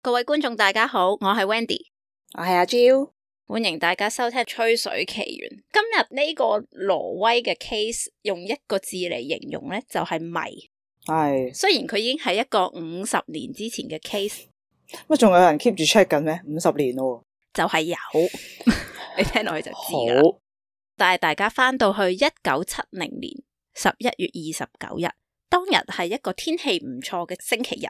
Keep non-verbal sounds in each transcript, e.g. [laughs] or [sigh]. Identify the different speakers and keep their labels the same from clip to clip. Speaker 1: 各位觀眾大家好，我係 Wendy，
Speaker 2: 我係阿 Jo，
Speaker 1: 歡迎大家收聽《吹水奇緣》。今日呢個挪威嘅 case，用一個字嚟形容咧，就係迷。
Speaker 2: 係
Speaker 1: 雖然佢已經係一個五十年之前嘅 case，
Speaker 2: 乜仲有人 keep 住 check 緊咩？五十年咯
Speaker 1: 就係 [laughs] 有，你聽落去就
Speaker 2: 喎，
Speaker 1: 知㗎啦。但係大家翻到去一九七零年十一月二十九日，當日係一個天氣唔錯嘅星期日，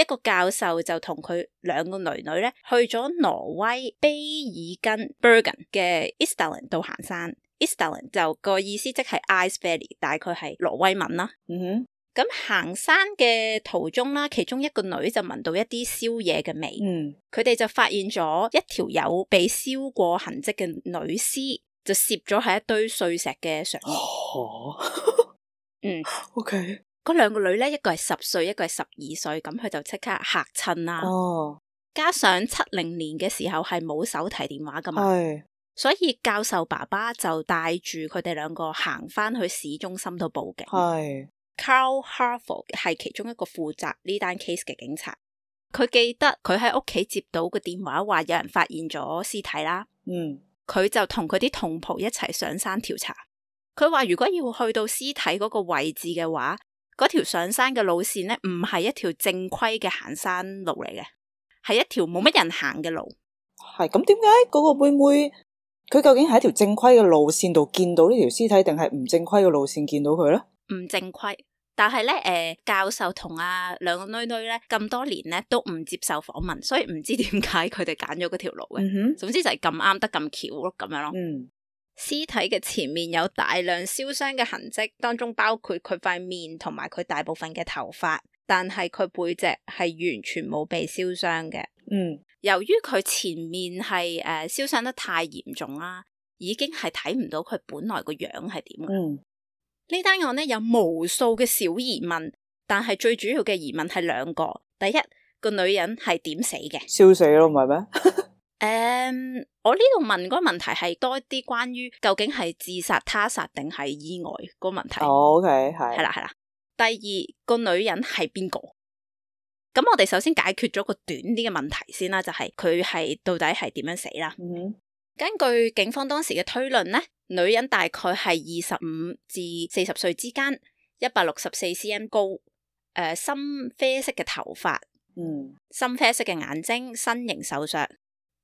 Speaker 1: 一個教授就同佢兩個女女咧去咗挪威卑爾根 （Bergen） 嘅 Isdalen 度行山。Isdalen 就個意思即係 Ice Valley，大概係挪威文啦。
Speaker 2: 嗯
Speaker 1: 咁行山嘅途中啦，其中一個女就聞到一啲燒嘢嘅味
Speaker 2: 哼，。嗯，
Speaker 1: 佢哋就發現咗一條有被燒過痕跡嘅女屍，就攝咗喺一堆碎石嘅上面。
Speaker 2: 哦，
Speaker 1: 嗯
Speaker 2: [laughs] ，OK，
Speaker 1: 嗰兩個女咧，一個係十歲，一個係十二歲，咁佢就即刻嚇親啦。
Speaker 2: 哦，
Speaker 1: 加上七零年嘅時候係冇手提電話噶嘛，
Speaker 2: 係，
Speaker 1: 所以教授爸爸就帶住佢哋兩個行翻去市中心度報警。
Speaker 2: 係，
Speaker 1: Carl Harville 係其中一個負責呢單 case 嘅警察。佢記得佢喺屋企接到個電話，話有人發現咗屍體啦。
Speaker 2: 嗯，
Speaker 1: 佢就同佢啲同袍一齊上山調查。佢話如果要去到屍體嗰個位置嘅話，嗰條上山嘅路線呢，唔係一條正規嘅行山路嚟嘅，係一條冇乜人行嘅路。
Speaker 2: 係，咁點解嗰個妹妹佢究竟喺條正規嘅路線度見到呢條屍體，定係唔正規嘅路線見到佢咧？
Speaker 1: 唔正規。但係咧，誒、教授同阿兩個女女咧咁多年咧都唔接受訪問，所以唔知點解佢哋揀咗嗰條路嘅。
Speaker 2: 嗯
Speaker 1: 總之就係咁啱得咁巧咯，咁樣咯
Speaker 2: 哼，。嗯，
Speaker 1: 屍體嘅前面有大量燒傷嘅痕跡，當中包括佢塊面同埋佢大部分嘅頭髮，但係佢背脊係完全冇被燒傷嘅。
Speaker 2: 嗯，
Speaker 1: 由於佢前面係呃誒燒傷得太嚴重啦，已經係睇唔到佢本來個樣係點嘅。
Speaker 2: 嗯，
Speaker 1: 呢單案呢有無數嘅小疑問，但係最主要嘅疑問係兩個。第一，個女人係點死嘅？
Speaker 2: 燒死咯，唔係咩？
Speaker 1: 誒嗯我呢度問嗰個問題係多啲關於究竟係自殺、他殺定係意外嗰個問題。
Speaker 2: 哦，OK，
Speaker 1: 係
Speaker 2: 係，
Speaker 1: 啦，係啦。第二個女人係邊個？咁我哋首先解決咗個短啲嘅問題先啦，就係佢係到底係點樣死啦？
Speaker 2: 嗯哼，
Speaker 1: 根據警方當時嘅推論呢，女人大概係二十五至四十歲之間，一百六十四 cm 高，誒、深啡色嘅頭髮，
Speaker 2: 嗯，
Speaker 1: 深啡色嘅眼睛，身形瘦削。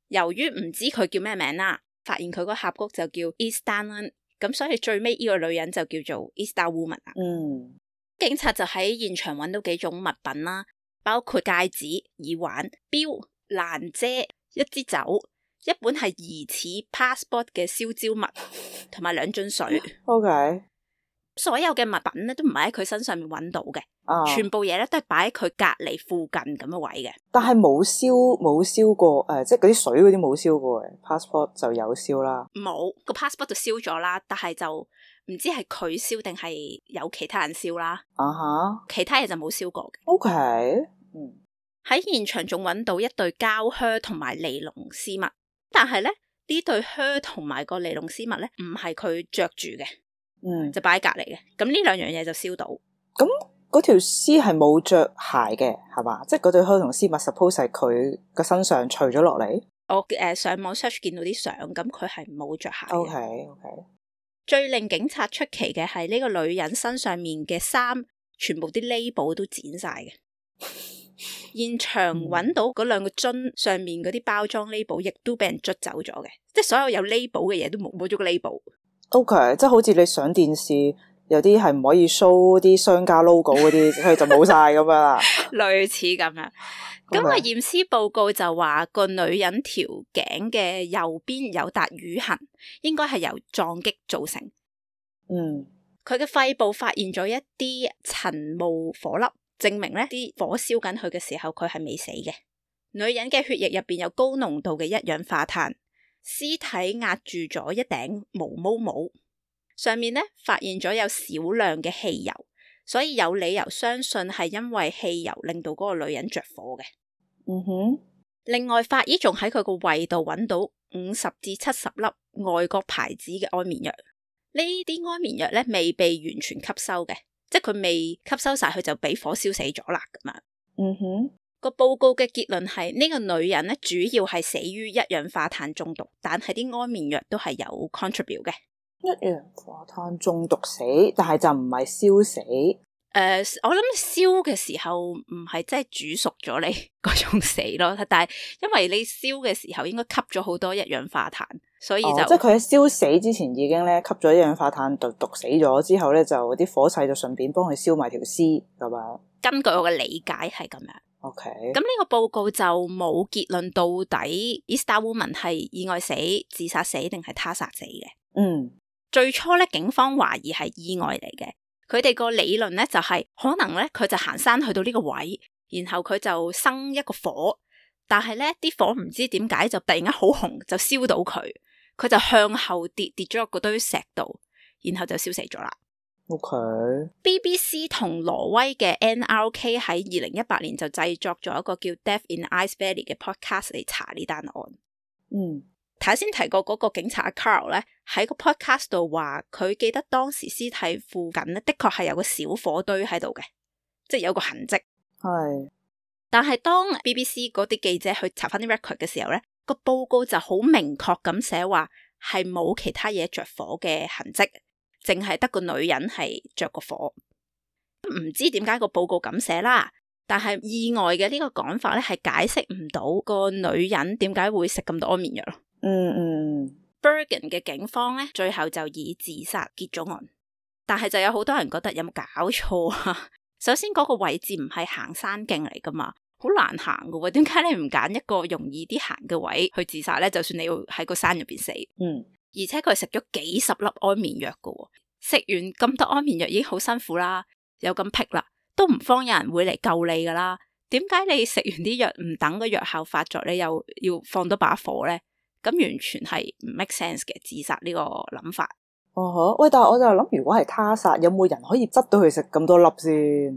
Speaker 1: 由於唔知佢叫咩名啦，發現佢個峽谷就叫 Eastdalen，咁所以最尾呢個女人就叫做 Eastdal Woman 啦。
Speaker 2: 嗯，
Speaker 1: 警察就喺現場揾到幾種物品啦，包括戒指、耳環、錶、蘭遮、一支酒、一本係疑似 passport 嘅燒焦物，同埋兩樽水。
Speaker 2: OK，
Speaker 1: 所有嘅物品咧都唔係喺佢身上面揾到嘅，
Speaker 2: 啊，
Speaker 1: 全部嘢咧都係擺喺佢隔離附近咁嘅位嘅。
Speaker 2: 但係冇燒冇燒過誒、呃即係嗰啲水嗰啲冇燒過嘅 passport 就有燒啦。
Speaker 1: 冇個 passport 就燒咗啦，但係就唔知係佢燒定係有其他人燒啦，
Speaker 2: 啊哈
Speaker 1: 其他嘢就冇燒過嘅。
Speaker 2: ，OK，嗯
Speaker 1: 喺現場仲揾到一對膠靴同埋尼龍絲襪，但係咧呢對靴同埋個尼龍絲襪咧唔係佢着住嘅，
Speaker 2: 嗯，
Speaker 1: 就擺喺隔離嘅。咁呢兩樣嘢就燒到，
Speaker 2: 嗰條絲係冇着鞋嘅，係嘛？即係嗰對靴同絲襪，suppose 係佢個身上除咗落嚟。
Speaker 1: 我誒、呃上網 search 見到啲相，咁佢係冇着鞋嘅。
Speaker 2: OK OK，
Speaker 1: 最令警察出奇嘅係呢個女人身上面嘅衫，全部啲 label 都剪晒 [laughs] 嘅。現場揾到嗰兩個樽上面嗰啲包裝 label，亦都俾人捽走咗嘅，即係所有有 label 嘅嘢都冇冇咗個 label。
Speaker 2: OK，即係好似你上電視有啲係唔可以 show 啲商家 logo 嗰 [laughs] 啲，佢就冇晒咁樣 [laughs] 啦。
Speaker 1: [laughs] 類似咁樣。咁
Speaker 2: 好
Speaker 1: 個
Speaker 2: 啊
Speaker 1: 驗屍報告就話個女人條頸嘅右邊有笪瘀痕，應該係由撞擊造成。
Speaker 2: 嗯
Speaker 1: 佢嘅肺部發現咗一啲塵霧火粒，證明呢啲火燒緊佢嘅時候，佢係未死嘅。女人嘅血液入邊有高濃度嘅一氧化碳，屍體壓住咗一頂毛毛帽，上面呢發現咗有少量嘅汽油，所以有理由相信係因為汽油令到嗰個女人着火嘅。
Speaker 2: 嗯哼，
Speaker 1: 另外，法醫仲喺佢個胃度揾到五十至七十粒外國牌子嘅安眠藥。呢啲安眠藥咧未被完全吸收嘅，即係佢未吸收晒，佢就俾火燒死咗啦咁樣。
Speaker 2: 嗯哼，
Speaker 1: 個報告嘅結論係呢個女人咧，主要係死於一氧化碳中毒，但係啲安眠藥都係有 contribute 嘅。
Speaker 2: 一氧化碳中毒死，但係就唔係燒死。
Speaker 1: 诶、呃我諗燒嘅時候唔係真係煮熟咗你 [laughs] 嗰種死咯，但係因為你燒嘅時候應該吸咗好多一氧化碳，所以就、
Speaker 2: 哦即係佢喺燒死之前已經咧吸咗一氧化碳毒毒死咗，之後咧就啲火勢就順便幫佢燒埋條屍咁樣。
Speaker 1: 根據我嘅理解係咁樣。
Speaker 2: OK，
Speaker 1: 咁呢個報告就冇結論到底 Easter Woman 係意外死、自殺死定係他殺死嘅。
Speaker 2: 嗯，
Speaker 1: 最初咧，警方懷疑係意外嚟嘅。佢哋個理論咧就係、可能咧佢就行山去到呢個位，然後佢就生一個火，但係咧啲火唔知點解就突然間好紅，就燒到佢，佢就向後跌跌咗入嗰堆石度，然後就燒死咗啦。
Speaker 2: OK，
Speaker 1: BBC 同挪威嘅 NRK 喺二零一八年就製作咗一個叫《Death in Ice Valley》嘅 podcast 嚟查呢單案。
Speaker 2: 嗯，
Speaker 1: 頭先提過嗰個警察阿 Carl 咧，喺個 podcast 度話佢記得當時屍體附近咧，的確係有個小火堆喺度嘅，即係有個痕跡。
Speaker 2: 係，
Speaker 1: 但係當 BBC 嗰啲記者去查翻啲 record 嘅時候咧，個報告就好明確咁寫話係冇其他嘢着火嘅痕跡，淨係得個女人係着個火。唔知點解個報告咁寫啦，但係意外嘅呢個講法咧係解釋唔到個女人點解會食咁多安眠藥咯。
Speaker 2: 嗯嗯嗯
Speaker 1: Bergen 嘅警方咧，最後就以自殺結咗案，但係就有好多人覺得有冇搞錯啊？ [laughs] 首先嗰個位置唔係行山徑嚟噶嘛，好難行噶喎，點解你唔揀一個容易啲行嘅位去自殺咧？就算你要喺個山入邊死，而
Speaker 2: 嗯，
Speaker 1: 且佢係食咗幾十粒安眠藥噶喎，食完咁多安眠藥已經好辛苦啦，又咁僻啦，都唔慌有人會嚟救你噶啦。點解你食完啲藥唔等個藥效發作，你又要放多把火咧？咁完全係唔 make sense 嘅自殺呢個諗法。
Speaker 2: 哦呵，喂，但係我就諗，如果係他殺，有冇人可以執到佢食咁多粒先？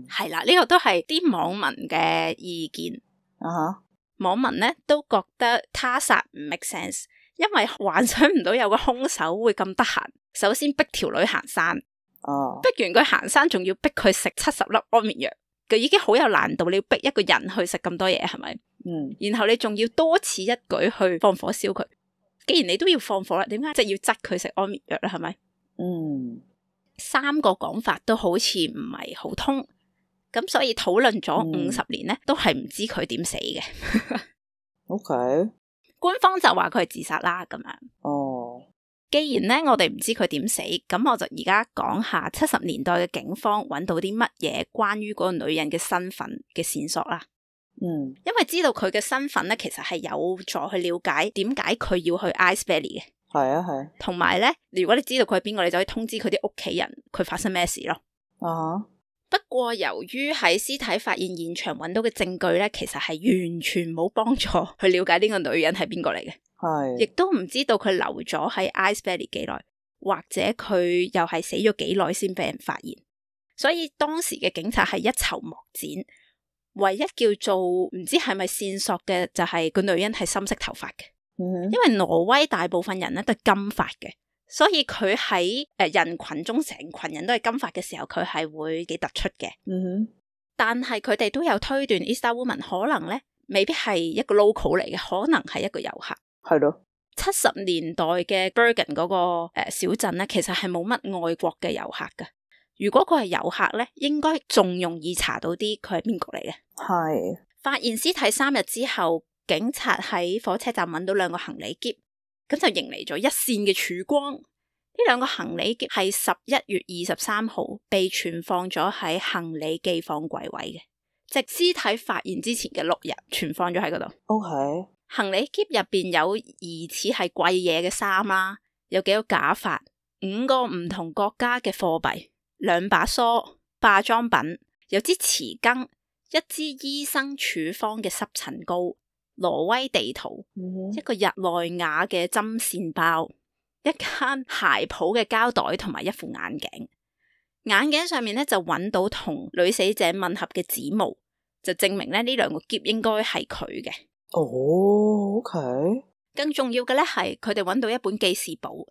Speaker 1: 係啦，呢、個都係啲網民嘅意見。
Speaker 2: 啊哈，
Speaker 1: 網民咧都覺得他殺唔 make sense，因為幻想唔到有個兇手會咁得閒。首先逼條女行山，
Speaker 2: 哦，
Speaker 1: 逼完佢行山，仲要逼佢食七十粒安眠藥，佢已經好有難度。你要逼一個人去食咁多嘢，係咪？
Speaker 2: 嗯，
Speaker 1: 然後你仲要多此一舉去放火燒佢。既然你都要放火啦，點解即係要窒佢食安眠藥啦？係咪？
Speaker 2: 嗯，
Speaker 1: 三個講法都好似唔係好通，咁所以討論咗
Speaker 2: 嗯
Speaker 1: 五十年咧，都係唔知佢點死嘅。
Speaker 2: OK，
Speaker 1: 官方就話佢係自殺啦咁樣。
Speaker 2: 哦，
Speaker 1: 既然咧我哋唔知佢點死，咁我就而家講下七十年代嘅警方揾到啲乜嘢關於嗰個女人嘅身份嘅線索啦。
Speaker 2: 嗯，
Speaker 1: 因為知道佢嘅身份咧，其實係有助去了解點解佢要去 Ice Valley 嘅，
Speaker 2: 係啊，係，
Speaker 1: 同埋咧，如果你知道佢係邊個，你就可以通知佢啲屋企人佢發生咩事咯。
Speaker 2: 啊哈，
Speaker 1: 不過，由於喺屍體發現現場揾到嘅證據咧，其實係完全冇幫助去了解呢個女人係邊個嚟嘅，亦
Speaker 2: 係，
Speaker 1: 都唔知道佢留咗喺 Ice Valley 幾耐，或者佢又係死咗幾耐先俾人發現。所以當時嘅警察係一籌莫展，唯一叫做唔知係咪線索嘅就係個女人係深色頭髮嘅。
Speaker 2: 嗯哼
Speaker 1: 因為挪威大部分人咧都係金髮嘅，所以佢喺诶人群中成群人都係金髮嘅時候，佢係會幾突出嘅。
Speaker 2: 嗯哼。
Speaker 1: 但係佢哋都有推斷 Easter Woman 可能咧未必係一個 local 嚟嘅，可能係一個遊客。
Speaker 2: 係咯，
Speaker 1: 七十年代嘅 Bergen 嗰、個呃小鎮咧，其實係冇乜外國嘅遊客嘅。如果佢係遊客咧，應該仲容易查到啲佢係邊個嚟嘅。
Speaker 2: 係，
Speaker 1: 發現屍體三日之後，警察喺火車站揾到兩個行李箧，咁就迎嚟咗一線嘅曙光。呢兩個行李箧係十一月二十三號被存放咗喺行李寄放櫃位嘅，即係屍體發現之前嘅六日存放咗喺嗰度。
Speaker 2: OK，
Speaker 1: 行李箧入邊有疑似係貴嘢嘅衫啦，有幾個假髮，五個唔同國家嘅貨幣，兩把梳、化妝品，有支匙羹，一支醫生處方嘅濕疹膏，挪威地圖，
Speaker 2: 嗯
Speaker 1: 一
Speaker 2: 哼，
Speaker 1: 個日內瓦嘅針線包，一間鞋鋪嘅膠袋同埋一副眼鏡。眼鏡上面咧就揾到同女死者吻合嘅指模，就證明咧呢兩個箧應該係佢嘅。
Speaker 2: 哦，OK，
Speaker 1: 更重要嘅咧係佢哋揾到一本記事簿，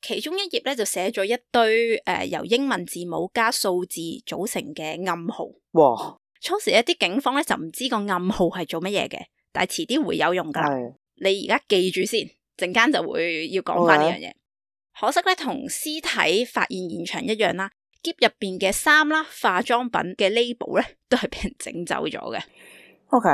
Speaker 1: 其中一頁咧就寫咗一堆誒、呃由英文字母加數字組成嘅暗號。
Speaker 2: 哇，
Speaker 1: 初時一啲警方咧就唔知個暗號係做乜嘢嘅，但係遲啲會有用噶啦。
Speaker 2: 係
Speaker 1: 你而家記住先，陣間就會要講翻呢樣嘢。可惜咧，同屍體發現現場一樣啦，箧入邊嘅衫啦、化妝品嘅 label 咧，都係俾人整走咗嘅。
Speaker 2: ，OK，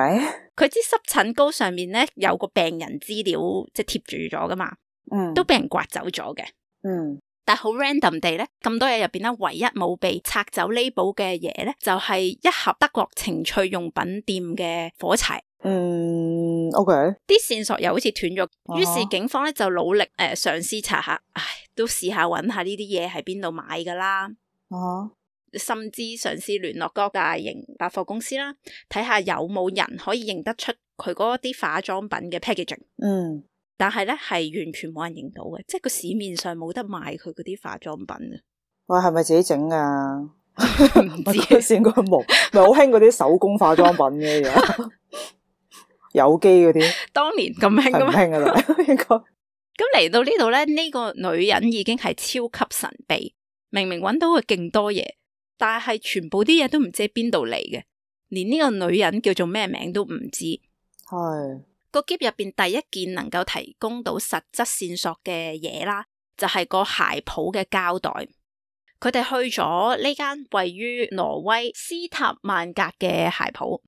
Speaker 1: 佢支濕疹膏上面咧有個病人資料，即係貼住咗噶嘛，
Speaker 2: 嗯，
Speaker 1: 都俾人刮走咗嘅。
Speaker 2: 嗯
Speaker 1: 但係好 random 地咧，咁多嘢入邊咧，唯一冇被拆走 label 嘅嘢咧，就係、一盒德國情趣用品店嘅火柴。
Speaker 2: 嗯，OK，
Speaker 1: 啲線索又好似斷咗，於
Speaker 2: 啊
Speaker 1: 是
Speaker 2: 哈
Speaker 1: 警方咧就努力誒、呃、嘗試查下，唉，都試下揾下呢啲嘢喺邊度買噶啦，
Speaker 2: 啊，
Speaker 1: 甚至嘗試聯絡各大型百貨公司啦，睇下有冇人可以認得出佢嗰啲化妝品嘅 packaging。
Speaker 2: 嗯，
Speaker 1: 但係咧係完全冇人認到嘅，即係個市面上冇得賣佢嗰啲化妝品啊
Speaker 2: 喂，係咪自己整噶？
Speaker 1: 嘅， [laughs] 唔
Speaker 2: 我
Speaker 1: 知
Speaker 2: [laughs] 嗰陣時應該冇，咪好興嗰啲手工化妝品嘅嘢，
Speaker 1: [laughs]
Speaker 2: 而家有機嗰啲
Speaker 1: 當年咁興
Speaker 2: 係
Speaker 1: 噶
Speaker 2: 唔
Speaker 1: 嘛？
Speaker 2: 興噶啦， [laughs] 應該
Speaker 1: 咁嚟到呢度咧，呢、個女人已經係超級神秘，明明揾到佢勁多嘢，但係全部啲嘢都唔知喺邊度嚟嘅，連呢個女人叫做咩名都唔知。
Speaker 2: 係
Speaker 1: 個箧入邊第一件能夠提供到實質線索嘅嘢啦，就係、個鞋鋪嘅膠袋。佢哋去咗呢間位於挪威斯塔曼格嘅鞋鋪，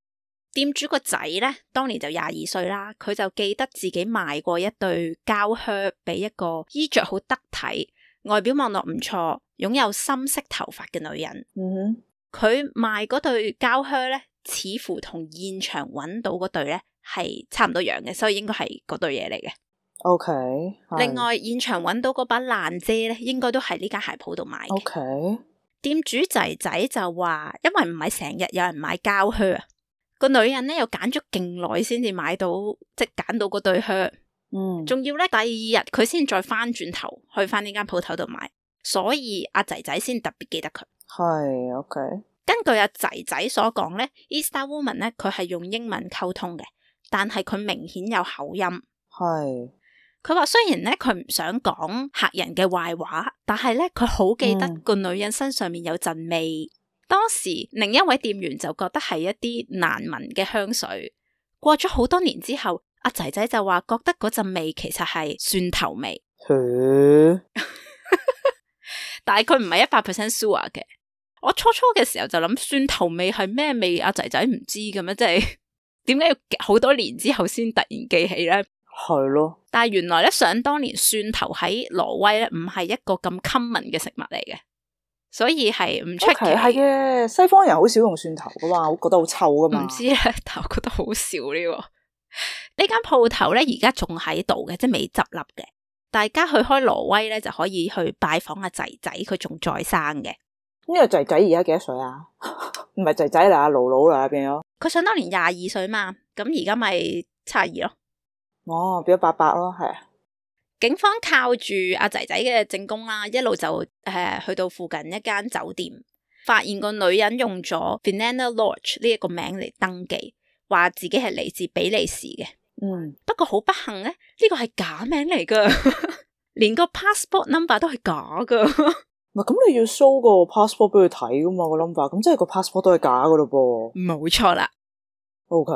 Speaker 1: 店主個仔呢，當年就廿二歲啦，佢就記得自己賣過一對膠靴俾一個衣着好得體、外表望落唔錯、擁有深色頭髮嘅女人。
Speaker 2: 嗯
Speaker 1: 佢賣嗰對膠靴咧，似乎同現場揾到嗰對咧係差唔多樣嘅，所以應該係嗰對嘢嚟嘅。
Speaker 2: ，OK，
Speaker 1: 另外，現場揾到嗰把爛遮咧，應該都係呢間鞋鋪度買嘅。
Speaker 2: OK，
Speaker 1: 店主仔仔就話，因為唔係成日有人買膠靴啊，個女人咧又揀咗勁耐先至買到，即係揀到嗰對靴。
Speaker 2: 嗯，
Speaker 1: 仲要咧，第二日佢先再翻轉頭去翻呢間鋪頭度買，所以阿仔仔先特別記得佢。
Speaker 2: 係 OK，
Speaker 1: 根據阿仔仔所講咧，Easter Woman 咧佢係用英文溝通嘅，但係佢明顯有口音。嗯
Speaker 2: 係
Speaker 1: 佢話雖然咧佢唔想講客人嘅壞話，但係咧佢好記得
Speaker 2: 嗯
Speaker 1: 個女人身上面有陣味。當時另一位店員就覺得係一啲難聞嘅香水。過咗好多年之後，阿仔仔就話覺得嗰陣味其實係蒜頭味，
Speaker 2: 佢
Speaker 1: 但係佢唔係一百 percent sure 嘅。我初初嘅時候就諗蒜頭味係咩味，阿仔仔唔知嘅咩，即係 [laughs] 點解要好多年之後先突然記起咧？
Speaker 2: 係咯，
Speaker 1: 但係原來咧，想當年蒜頭喺挪威咧唔係一個咁 common 嘅食物嚟嘅，所以係唔出
Speaker 2: OK 係
Speaker 1: 奇。
Speaker 2: 嘅，西方人好少用蒜頭噶嘛，我覺得好臭噶嘛，
Speaker 1: 唔知咧，但我覺得好笑呢、個呢間鋪頭咧，而家仲喺度嘅，即係未執笠嘅。大家去開挪威咧，就可以去拜訪阿仔仔，佢仲在生嘅。
Speaker 2: 呢個仔仔而家幾多歲啊？ [laughs] 唔係仔仔啦，姥姥啦變咗，
Speaker 1: 佢想當年廿二歲嘛，咁而家咪七廿二咯。
Speaker 2: 哦變咗八八咯，係
Speaker 1: 警方靠住阿仔仔嘅證供啦，一路就誒、呃去到附近一間酒店，發現個女人用咗 Banana Lodge 呢一個名嚟登記，話自己係嚟自比利時嘅。
Speaker 2: 嗯
Speaker 1: 不過好不幸咧，呢個係假名嚟噶， [laughs] 連個 passport number 都係假噶。
Speaker 2: 唔係咁你要 show 個 passport 俾佢睇噶嘛個 number，咁即係個 passport 都係假噶咯噃
Speaker 1: [laughs] 冇錯啦，
Speaker 2: ，OK，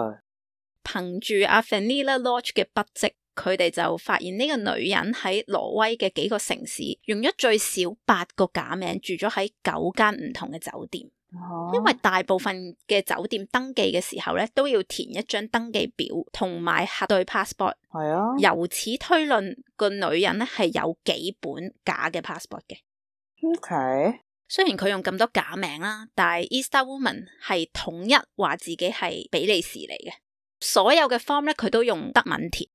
Speaker 1: 憑住阿 Vanilla Lodge 嘅筆跡，佢哋就發現呢個女人喺挪威嘅幾個城市，用咗最少八個假名住咗喺九間唔同嘅酒店。
Speaker 2: 哦
Speaker 1: 因為大部分嘅酒店登記嘅時候咧，都要填一張登記表同埋核對 passport。
Speaker 2: 係啊，
Speaker 1: 由此推論，個女人咧係有幾本假嘅 passport 嘅。
Speaker 2: OK，
Speaker 1: 雖然佢用咁多假名啦，但係 Easter Woman 係統一話自己係比利時嚟嘅。所有嘅 form 咧，佢都用德文填。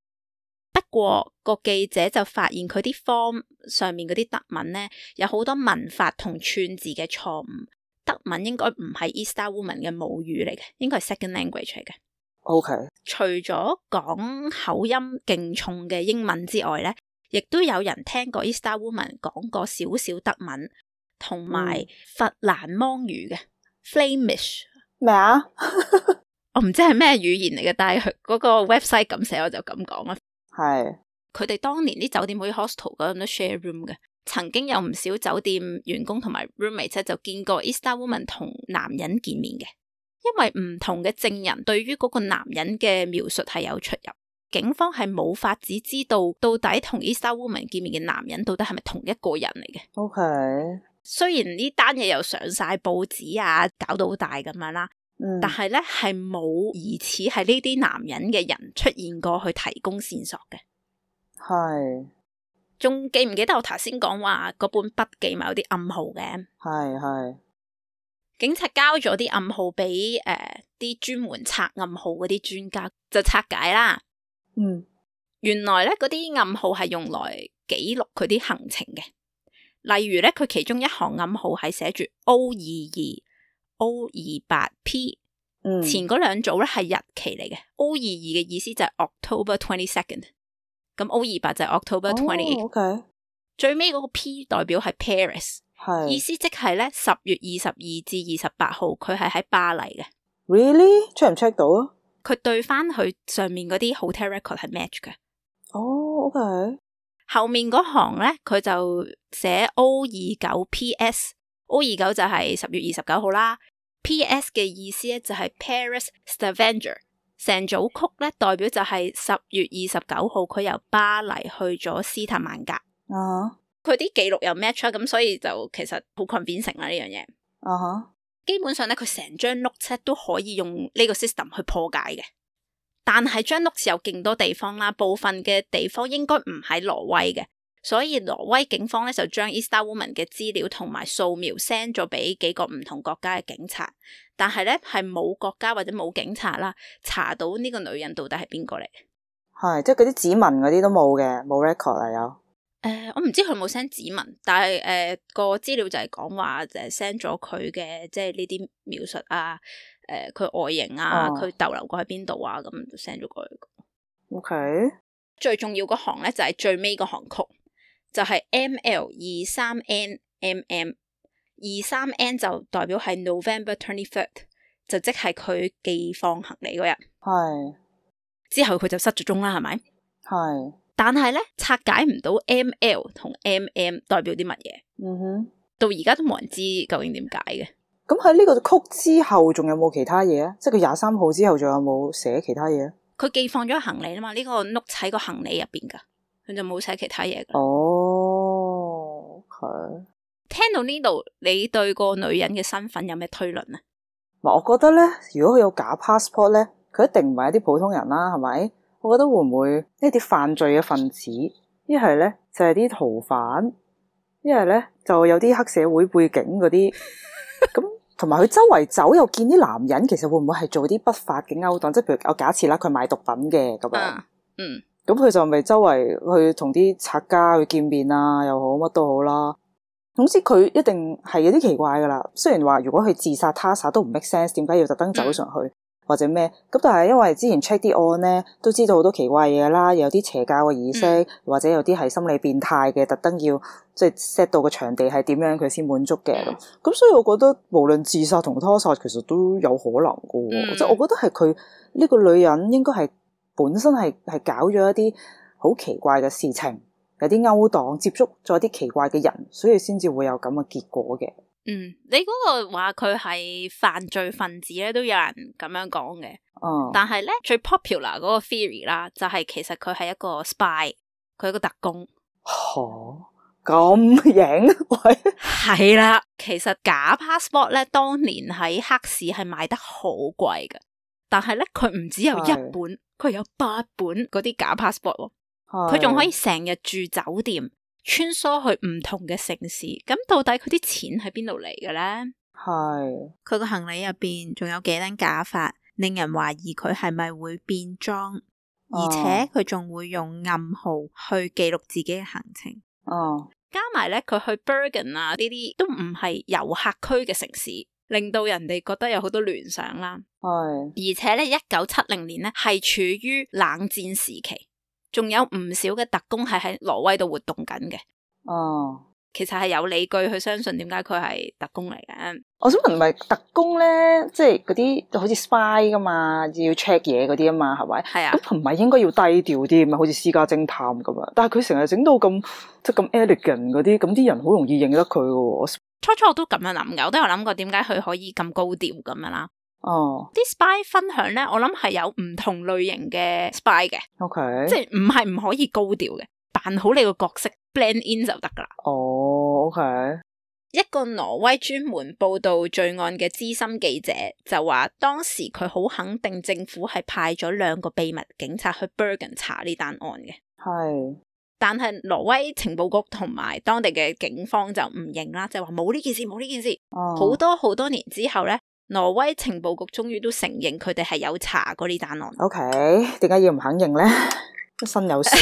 Speaker 1: 不過個記者就發現佢啲 form 上面嗰啲德文咧，有好多文法同串字嘅錯誤。德文應該唔係 Easter Woman 嘅母語嚟嘅，應該係 second language 嚟嘅。
Speaker 2: OK，
Speaker 1: 除咗講口音勁重嘅英文之外咧，亦都有人聽過 Easter Woman 講過少少德文，同埋
Speaker 2: 嗯
Speaker 1: 佛蘭芒語嘅 Flemish，
Speaker 2: 咩啊？
Speaker 1: 我唔知係咩語言嚟嘅，但係佢嗰個 website 咁寫，我就咁講啦。
Speaker 2: 係
Speaker 1: 佢哋當年啲酒店好似 hostel 嗰咁都 share room 嘅，曾經有唔少酒店員工同埋 roommate 咧就見過 Easter Woman 同男人見面嘅。因為唔同嘅證人對於嗰個男人嘅描述係有出入，警方係冇法子知道到底同 Isla Woman 見面嘅男人到底係咪同一個人嚟嘅。
Speaker 2: O K，
Speaker 1: 雖然呢單嘢又上晒報紙啊，搞到好大咁樣啦，
Speaker 2: 嗯，
Speaker 1: 但係咧係冇疑似係呢啲男人嘅人出現過去提供線索嘅。
Speaker 2: 係
Speaker 1: 仲記唔記得我頭先講話嗰本筆記咪有啲暗號嘅？
Speaker 2: 係係，
Speaker 1: 警察交咗啲暗號俾誒啲專門拆暗號嗰啲專家，就拆解啦。
Speaker 2: 嗯
Speaker 1: 原來咧嗰啲暗號係用來記錄佢啲行程嘅，例如咧佢其中一行暗號係寫住 O 二二、O 二八 P，
Speaker 2: 嗯，
Speaker 1: 前嗰兩組咧係日期嚟嘅。O 二二嘅意思就係 October twenty second，咁 O 二八就係 October twenty，、
Speaker 2: O K，
Speaker 1: 最尾嗰個 P 代表係 Paris，意
Speaker 2: 係
Speaker 1: 思即係咧十月二十二至二十八號佢係喺巴黎嘅。
Speaker 2: really check 唔 check 到啊？
Speaker 1: 佢對翻佢上面嗰啲 hotel record 係 match 嘅。
Speaker 2: 哦，O K，
Speaker 1: 後面嗰行咧，佢就寫 O 二九 PS，O 二九就係十月二十九號啦。PS 嘅意思咧就係 Paris Stavanger，成組曲咧代表就係十月二十九號佢由巴黎去咗斯塔曼格，
Speaker 2: 啊哈
Speaker 1: 佢啲記錄又 match 咗，咁所以就其實好 convincing 啦呢樣嘢。
Speaker 2: 啊哈，
Speaker 1: 基本上咧，佢成張 note 都可以用呢個 system 去破解嘅。但係張 note 有勁多地方啦，部分嘅地方應該唔喺挪威嘅，所以挪威警方咧就將 Isla Woman 嘅資料同埋素描 send 咗俾幾個唔同國家嘅警察，但係咧係冇國家或者冇警察啦查到呢個女人到底係邊個嚟。誒、
Speaker 2: 係即係嗰啲指紋嗰啲都冇嘅，冇 record 啊有。
Speaker 1: 呃我唔知佢有冇 send 指紋，但係誒、呃、個資料就係講話誒 send 咗佢嘅即係呢啲描述啊，誒、佢外形啊，
Speaker 2: 哦
Speaker 1: 佢逗留過喺邊度啊，咁就 send 咗過去。
Speaker 2: O K，
Speaker 1: 最重要嗰行咧就係最尾嗰行曲，就係 M L 二三 N M M 二三 N 就代表係 November twenty third，就即係佢寄放行李嗰日。
Speaker 2: 係
Speaker 1: 之後佢就失咗蹤啦，係咪？
Speaker 2: 係，
Speaker 1: 但係咧拆解唔到 M L 同 M M 代表啲乜嘢，
Speaker 2: 嗯哼。
Speaker 1: 到而家都冇人知究竟點解嘅。
Speaker 2: 咁喺呢個曲之後，仲有冇其他嘢啊？即係佢廿三號之後，仲有冇寫其他嘢啊？
Speaker 1: 佢寄放咗行李啦嘛，呢、個 note 喺個行李入邊噶，佢就冇寫其他嘢㗎。
Speaker 2: 哦，佢，
Speaker 1: 聽到呢度，你對個女人嘅身份有咩推論啊？
Speaker 2: 嗱，我覺得咧，如果佢有假 passport 咧，佢一定唔係一啲普通人啦，係咪？我覺得會唔會一啲犯罪嘅分子，一係咧就係啲逃犯，一係咧就有啲黑社會背景嗰啲，咁同埋佢周圍走又見啲男人，其實會唔會係做啲不法嘅勾當？即係譬如我假設啦，佢賣毒品嘅咁樣。
Speaker 1: 啊，嗯。
Speaker 2: 咁佢就咪周圍去同啲拆家去見面啊，又好乜都好啦。總之佢一定係有啲奇怪噶啦。雖然話如果佢自殺他殺都唔 make sense，點解要特登走上去、或者咩？咁但係因為之前 check 啲案咧，都知道好多奇怪嘢啦，有啲邪教嘅儀式，
Speaker 1: 嗯
Speaker 2: 或者有啲係心理變態嘅，特登要即係 set 到個場地係點樣佢先滿足嘅咁。
Speaker 1: 嗯
Speaker 2: 咁所以我覺得無論自殺同拖殺其實都有可能噶喎，
Speaker 1: 嗯
Speaker 2: 即係我覺得係佢呢個女人應該係本身係係搞咗一啲好奇怪嘅事情，有啲勾當，接觸咗啲奇怪嘅人，所以先至會有咁嘅結果嘅。
Speaker 1: 嗯，你嗰個話佢係犯罪分子咧，都有人咁樣講嘅。
Speaker 2: 嗯，
Speaker 1: 但係咧，最 popular 嗰個 theory 啦，就係其實佢係一個 spy，佢係一個特工。
Speaker 2: 嚇咁型，喂，
Speaker 1: 係啦，其實假 passport 咧，當年喺黑市係賣得好貴嘅。但係咧，佢唔只有一
Speaker 2: 係
Speaker 1: 本，佢有八本嗰啲假 passport 喎。佢仲可以成日住酒店，穿梭去唔同嘅城市。咁到底佢啲錢喺邊度嚟嘅咧？
Speaker 2: 係
Speaker 1: 佢個行李入邊仲有幾頂假髮，令人懷疑佢係咪會變裝，而且佢仲會用暗號去記錄自己嘅行程。
Speaker 2: 嗯
Speaker 1: 加埋咧，佢去 Bergen 啊呢啲都唔係遊客區嘅城市，令到人哋覺得有好多聯想啦。
Speaker 2: 係
Speaker 1: 而且咧，一九七零年咧係處於冷戰時期，仲有唔少嘅特工係喺挪威度活動緊嘅。
Speaker 2: 嗯。
Speaker 1: 其實係有理據去相信點解佢係特工嚟嘅。
Speaker 2: 我想問，唔係特工咧，即係嗰啲好似 spy 噶嘛，要 check 嘢嗰啲啊嘛，係咪？
Speaker 1: 係啊，
Speaker 2: 咁唔係應該要低調啲嘛？好似私家偵探咁樣，但係佢成日整到咁即係咁 elegant 嗰啲，咁啲人好容易認得佢嘅喎。
Speaker 1: 初初我都咁樣諗嘅，我都有諗過點解佢可以咁高調咁樣啦。
Speaker 2: 哦
Speaker 1: 啲 spy 分享咧，我諗係有唔同類型嘅 spy 嘅，
Speaker 2: ，OK，
Speaker 1: 即係唔係唔可以高調嘅，扮好你個角色 blend in 就得噶啦。
Speaker 2: 哦，OK，
Speaker 1: 一個挪威專門報導罪案嘅資深記者就話，當時佢好肯定政府係派咗兩個秘密警察去 Bergen 查呢單案嘅，
Speaker 2: 係，
Speaker 1: 但係挪威情報局同埋當地嘅警方就唔認啦，就話冇呢件事，冇呢件事。
Speaker 2: 哦，
Speaker 1: 好多好多年之後咧，挪威情報局終於都承認佢哋係有查過呢單案。
Speaker 2: ，OK，點解要唔肯認咧？ [laughs] 一身
Speaker 1: [laughs]
Speaker 2: 有屎，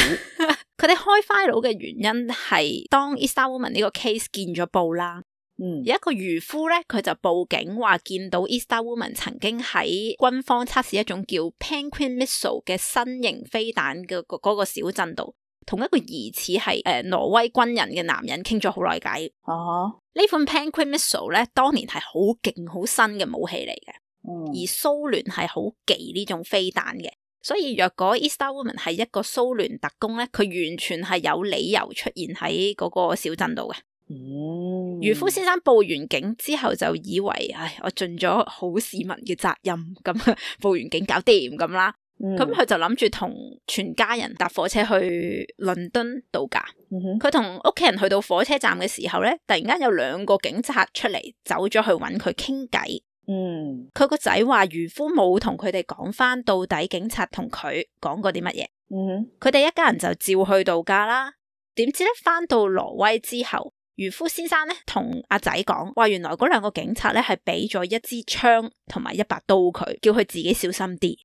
Speaker 1: 佢哋開 file 嘅原因係當 i s t a r Woman 呢個 case 見咗報啦，
Speaker 2: 嗯，
Speaker 1: 有一個漁夫咧，佢就報警話見到 i s t a r Woman 曾經喺軍方測試一種叫 Penguin Missile 嘅新型飛彈嘅嗰嗰個小鎮度，同一個疑似係誒挪威軍人嘅男人傾咗好耐偈。
Speaker 2: 啊哈，
Speaker 1: 呢款 Penguin Missile 咧，當年係好勁、好新嘅武器嚟嘅。
Speaker 2: 嗯，
Speaker 1: 而蘇聯係好忌呢種飛彈嘅，所以若果 i s t a r Woman 係一個蘇聯特工咧，佢完全係有理由出現喺嗰個小鎮度嘅。
Speaker 2: 嗯，
Speaker 1: 漁夫先生報完警之後就以為，唉，我盡咗好市民嘅責任，咁啊報完警搞掂咁啦，
Speaker 2: 嗯，
Speaker 1: 咁佢就諗住同全家人搭火車去倫敦度假。
Speaker 2: 嗯哼，
Speaker 1: 佢同屋企人去到火車站嘅時候咧，突然間有兩個警察出嚟，走咗去揾佢傾偈。
Speaker 2: 嗯，
Speaker 1: 佢個仔話漁夫冇同佢哋講翻到底警察同佢講過啲乜嘢，
Speaker 2: 嗯哼，
Speaker 1: 佢哋一家人就照去度假啦。點知咧翻到挪威之後，漁夫先生咧同阿仔講話，原來嗰兩個警察咧係俾咗一支槍同埋一把刀佢，叫佢自己小心啲。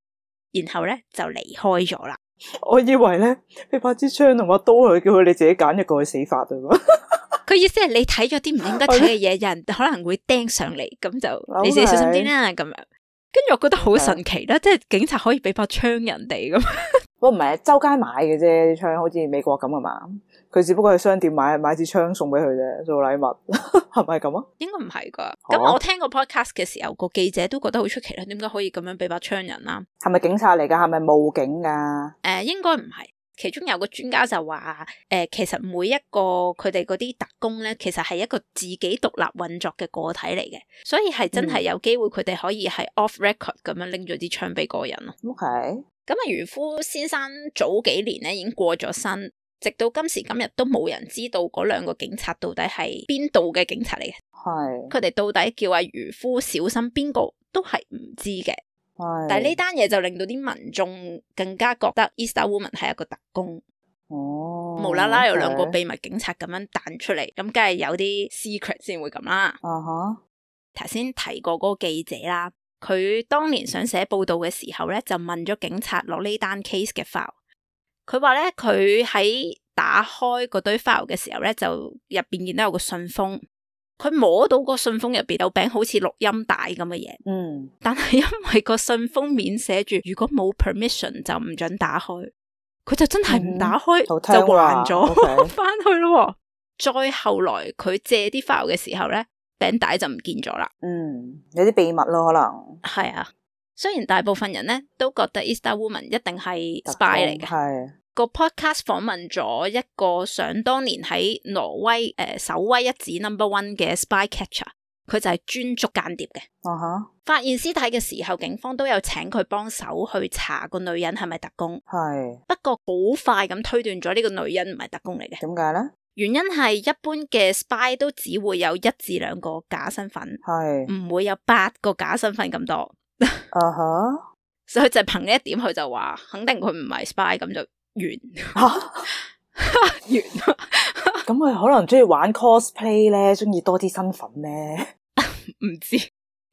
Speaker 1: 然後咧就離開咗啦。
Speaker 2: 我以為咧，你把支槍同把刀去，叫佢你自己揀一個去死法對 [laughs] 嘛？
Speaker 1: 佢意思係你睇咗啲唔應該睇嘅嘢，人可能會釘上嚟，咁就你自己小心啲啦。咁樣，跟住我覺得好神奇啦，即係警察可以俾把槍人哋咁。
Speaker 2: 我唔係周街買嘅啫，啲槍好似美國咁啊嘛。佢只不過喺商店買買支槍送俾佢啫，做禮物， [laughs] 係咪咁啊？
Speaker 1: 應該唔係噶，
Speaker 2: 嚇
Speaker 1: 咁我聽個 podcast 嘅時候，個記者都覺得好出奇啦，點解可以咁樣俾把槍人啊啦？
Speaker 2: 係咪警察嚟㗎？係咪武警㗎？
Speaker 1: 誒、呃應該唔係。其中有個專家就話，誒、其實每一個佢哋嗰啲特工咧，其實係一個自己獨立運作嘅個體嚟嘅，所以係真係有機會佢哋可以係 off record 咁樣拎咗支槍俾嗰個人咯。
Speaker 2: OK，
Speaker 1: 咁啊，漁夫先生早幾年咧已經過咗身，直到今時今日都冇人知道嗰兩個警察到底係邊度嘅警察嚟嘅。
Speaker 2: 係
Speaker 1: 佢哋到底叫阿漁夫小心邊個都係唔知嘅。
Speaker 2: 係。
Speaker 1: 但係呢單嘢就令到啲民眾更加覺得 i s t a r Woman 係一個特工，
Speaker 2: 哦，
Speaker 1: 無啦啦有兩個
Speaker 2: OK
Speaker 1: 秘密警察咁樣彈出嚟，咁梗係有啲 secret 先會咁啦。
Speaker 2: 啊哈，
Speaker 1: 頭先提過嗰個記者啦，佢當年想寫報道嘅時候咧，就問咗警察攞呢單 case 嘅 file。佢話咧，佢喺打開嗰堆 file 嘅時候咧，就入邊見到有個信封，佢摸到個信封入邊有餅好似錄音帶咁嘅嘢。 [laughs]
Speaker 2: 嗯，
Speaker 1: 但係因為個信封面寫住如果冇 permission 就唔准打開，佢就真係唔打開，
Speaker 2: 嗯好聽
Speaker 1: 就還
Speaker 2: 話 [laughs]
Speaker 1: 咗
Speaker 2: OK
Speaker 1: 翻去咯喎。再後來佢借啲 file 嘅時候咧，餅帶就唔見咗啦。
Speaker 2: 嗯，有啲秘密咯，可能
Speaker 1: 係啊，雖然大部分人咧都覺得 i s t a r Woman 一定係 spy 嚟嘅。
Speaker 2: 係
Speaker 1: 個 podcast 訪問咗一個想當年喺挪威誒、呃首威一指 number one 嘅 spy catcher，佢就係專捉間諜嘅。
Speaker 2: 啊哈，
Speaker 1: 發現屍體嘅時候，警方都有請佢幫手去查個女人係咪特工，
Speaker 2: 係
Speaker 1: 不過好快咁推斷咗呢個女人唔係特工嚟嘅。
Speaker 2: 點解咧？
Speaker 1: 原因係一般嘅 spy 都只會有一至兩個假身份，
Speaker 2: 係
Speaker 1: 唔會有八個假身份咁多，
Speaker 2: 啊哈，
Speaker 1: 所以就憑呢一點，佢就話肯定佢唔係 spy，咁就完
Speaker 2: [laughs] 嚇
Speaker 1: 完。
Speaker 2: 咁佢可能中意玩 cosplay 咧，中意多啲身份咧，
Speaker 1: 唔知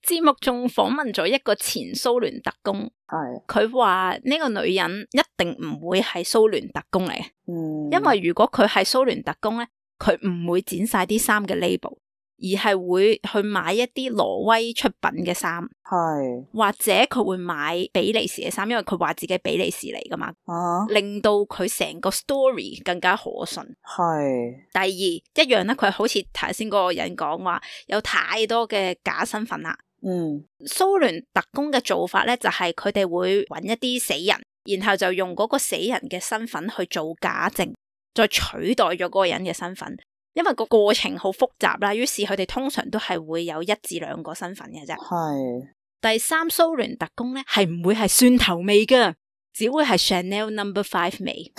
Speaker 1: 節目仲訪問咗一個前蘇聯特工，
Speaker 2: 係
Speaker 1: 佢話呢個女人一定唔會係蘇聯特工嚟嘅。
Speaker 2: 嗯，
Speaker 1: 因為如果佢係蘇聯特工咧，佢唔會剪晒啲衫嘅 label，而係會去買一啲挪威出品嘅衫，
Speaker 2: 係
Speaker 1: 或者佢會買比利時嘅衫，因為佢話自己比利時嚟噶嘛，
Speaker 2: 啊，
Speaker 1: 令到佢成個 story 更加可信。
Speaker 2: 係
Speaker 1: 第二一樣咧，佢好似頭先嗰個人講話，有太多嘅假身份啦。
Speaker 2: 嗯
Speaker 1: 蘇聯特工嘅做法咧，就係佢哋會揾一啲死人，然後就用嗰個死人嘅身份去做假證，再取代咗嗰個人嘅身份。因為個過程好複雜啦，於是佢哋通常都係會有一至兩個身份嘅啫。
Speaker 2: 係
Speaker 1: 第三蘇聯特工咧係唔會係蒜頭味噶，只會係 Chanel Number Five 味。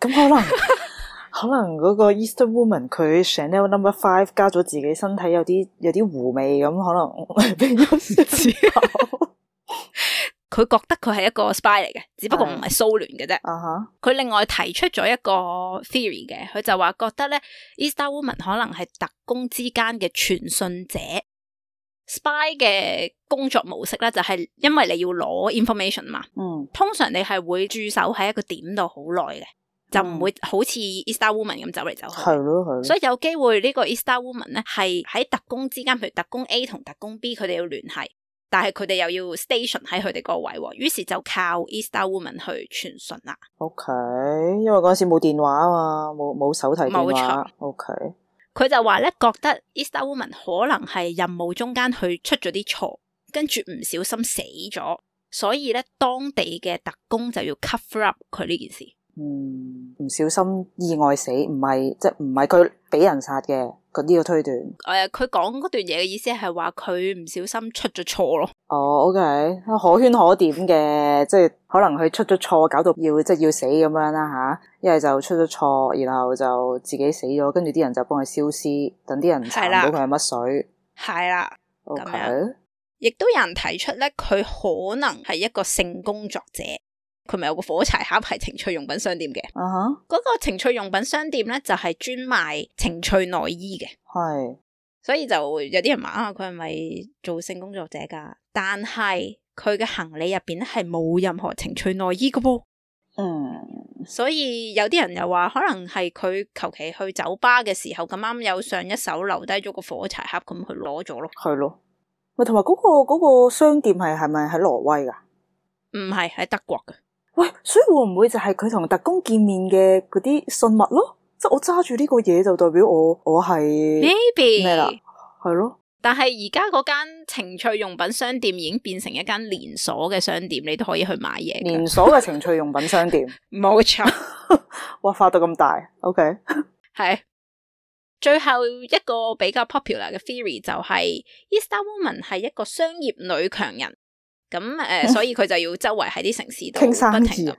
Speaker 2: 咁可能 [laughs] 可能嗰個 Easter Woman 佢 Chanel Number Five 加咗自己身體有啲有啲狐味咁，可 [laughs] 能變咗
Speaker 1: 知
Speaker 2: [laughs] 蒜頭
Speaker 1: 佢覺得佢係一個 spy 嚟嘅，只不過唔係蘇聯嘅啫。
Speaker 2: 啊哈，
Speaker 1: 佢另外提出咗一個 theory 嘅，佢就話覺得咧，Easter Woman 可能係特工之間嘅傳信者。spy 嘅工作模式咧，就係因為你要攞 information 嘛，
Speaker 2: 嗯
Speaker 1: 通常你係會駐守喺一個點度好耐嘅，就唔會好似 Easter Woman 咁走嚟走去。
Speaker 2: 係咯係
Speaker 1: 所
Speaker 2: 咯，
Speaker 1: 以有機會呢個 E Easter Woman 咧係喺特工之間，譬如特工 A 同特工 B 佢哋要聯繫，但係佢哋又要 station 喺佢哋個位喎，於是就靠 E Easter Woman 去傳訊啦。
Speaker 2: OK，因為嗰陣時冇電話啊嘛，冇冇手提電
Speaker 1: 冇
Speaker 2: 話
Speaker 1: 錯
Speaker 2: ，OK，
Speaker 1: 佢就話咧覺得 E Easter Woman 可能係任務中間佢出咗啲錯，跟住唔小心死咗，所以咧當地嘅特工就要 cover up 佢呢件事。
Speaker 2: 嗯，唔小心意外死，唔係即係唔係佢俾人殺嘅，嗰呢個推斷。
Speaker 1: 誒、佢講嗰段嘢嘅意思係話佢唔小心出咗錯咯。
Speaker 2: 哦，OK，可圈可點嘅，即係可能佢出咗錯，搞到要即係要死咁樣啦吓，一係就出咗錯，然後就自己死咗，跟住啲人就幫佢消屍，等啲人唔查唔
Speaker 1: 係啦
Speaker 2: 到佢係乜水。
Speaker 1: 係啦，
Speaker 2: OK，
Speaker 1: 樣亦都有人提出咧，佢可能係一個性工作者。佢咪有個火柴盒係情趣用品商店嘅，
Speaker 2: 啊哈，
Speaker 1: 嗰、個情趣用品商店咧就係專賣情趣內衣嘅，
Speaker 2: 係，
Speaker 1: 所以就有啲人話啊，佢係咪做性工作者㗎？但係佢嘅行李入邊咧係冇任何情趣內衣嘅噃，
Speaker 2: 嗯，
Speaker 1: 所以有啲人又話可能係佢求其去酒吧嘅時候咁啱有上一手留低咗個火柴盒，咁佢攞咗咯。
Speaker 2: 係咯。咪同埋嗰個嗰個商店係係咪喺挪威噶？
Speaker 1: 唔係喺德國嘅，
Speaker 2: 喂，所以會唔會就係佢同特工見面嘅嗰啲信物咯？即係我揸住呢個嘢就代表我我係
Speaker 1: maybe
Speaker 2: 咩啦？係咯，
Speaker 1: 但係而家嗰間情趣用品商店已經變成一間連鎖嘅商店，你都可以去買嘢㗎。
Speaker 2: 連鎖嘅情趣用品商店。
Speaker 1: 冇錯，
Speaker 2: 哇，發到咁大，OK，
Speaker 1: [laughs] 係最後一個比較 popular 嘅 theory 就係 Easter Woman 係一個商業女強人，咁誒、呃所以佢就要周圍喺啲城市度
Speaker 2: 嗯傾生
Speaker 1: 不
Speaker 2: 意 [laughs]
Speaker 1: 停咁，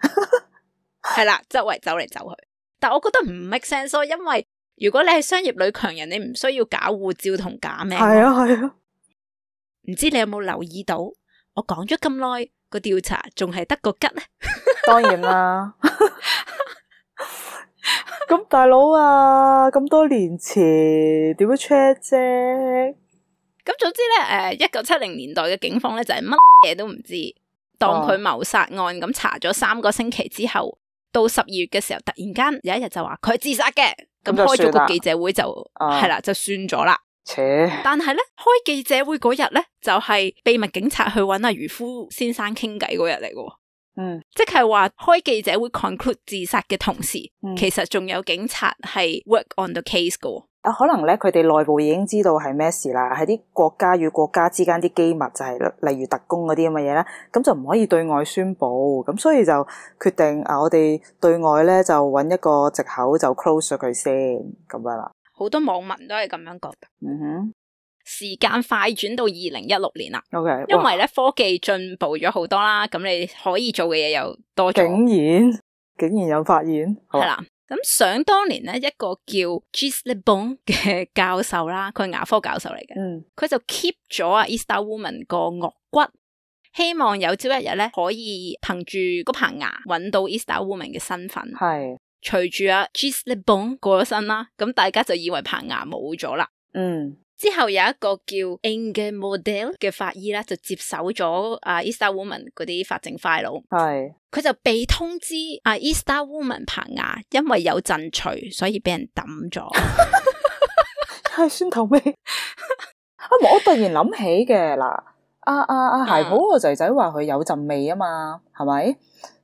Speaker 1: 係啦，周圍走嚟走去。但我覺得唔 make sense 咯，因為如果你係商業女強人，你唔需要假護照同假名。
Speaker 2: 係啊係啊，
Speaker 1: 唔知你有冇留意到？我講咗咁耐，個調查仲係得個吉咧。
Speaker 2: 當然啦。咁大佬啊，咁多年前點樣 check 啫？
Speaker 1: 咁總之咧，誒一九七零年代嘅警方咧就係乜嘢都唔知，當
Speaker 2: 哦
Speaker 1: 佢謀殺案咁查咗三個星期之後，到十二月嘅時候，突然間有一日就話佢係自殺嘅，咁
Speaker 2: 咁就
Speaker 1: 開咗
Speaker 2: 算啦
Speaker 1: 個記者會就
Speaker 2: 啊
Speaker 1: 係啦，就算咗啦。
Speaker 2: 切，
Speaker 1: 但係咧開記者會嗰日咧，就係秘密警察去揾阿漁夫先生傾偈嗰日嚟嘅喎，
Speaker 2: 嗯，
Speaker 1: 即係話開記者會 conclude 自殺嘅同時，
Speaker 2: 嗯
Speaker 1: 其實仲有警察係 work on the case 嘅喎。
Speaker 2: 啊，可能咧佢哋內部已經知道係咩事啦，係啲國家與國家之間啲機密就係、例如特工嗰啲咁嘅嘢啦，咁就唔可以對外宣佈，咁所以就決定啊，我哋對外咧就揾一個藉口就 close 咗佢先咁樣啦。
Speaker 1: 好多網民都係咁樣覺得。
Speaker 2: 嗯
Speaker 1: 時間快轉到二零一六年啦，
Speaker 2: 哼，OK，
Speaker 1: 因
Speaker 2: 哇
Speaker 1: 為咧科技進步咗好多啦，咁你可以做嘅嘢又多
Speaker 2: 竟
Speaker 1: 咗，
Speaker 2: 然竟然有發現，好
Speaker 1: 係
Speaker 2: 啊
Speaker 1: 啦。咁想當年咧，一個叫 Gis l e b o n 嘅教授啦，佢係牙科教授嚟嘅，
Speaker 2: 嗯
Speaker 1: 佢就 keep 咗啊 Easter Woman 個顎骨，希望有朝一日咧可以憑住嗰棚牙揾到 Easter Woman 嘅身份。
Speaker 2: 係，
Speaker 1: 隨住啊 Gis l e b o n 過咗身啦，咁大家就以為棚牙冇咗啦。
Speaker 2: 嗯
Speaker 1: 之後有一個叫 Inge Model 嘅法醫啦，就接手咗啊 Easter Woman 嗰啲法證 file，
Speaker 2: 係，
Speaker 1: 佢就被通知啊 Easter Woman 棚牙因為有陣除，所以俾人抌咗。
Speaker 2: 係蒜頭味。 [laughs] 啊！唔我突然諗起嘅嗱，阿阿阿鞋普個仔仔話佢有陣味啊嘛，係咪？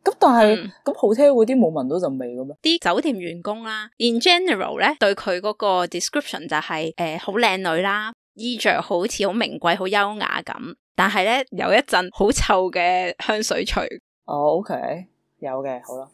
Speaker 2: 咁但係
Speaker 1: 嗯
Speaker 2: 咁好聽嗰啲冇聞到陣味嘅咩？
Speaker 1: 啲酒店員工啦，in general 咧對佢嗰個 description 就係誒好靚女啦，衣着好似好名貴、好優雅咁，但係咧有一陣好臭嘅香水除。
Speaker 2: 哦，OK，有嘅，好啦，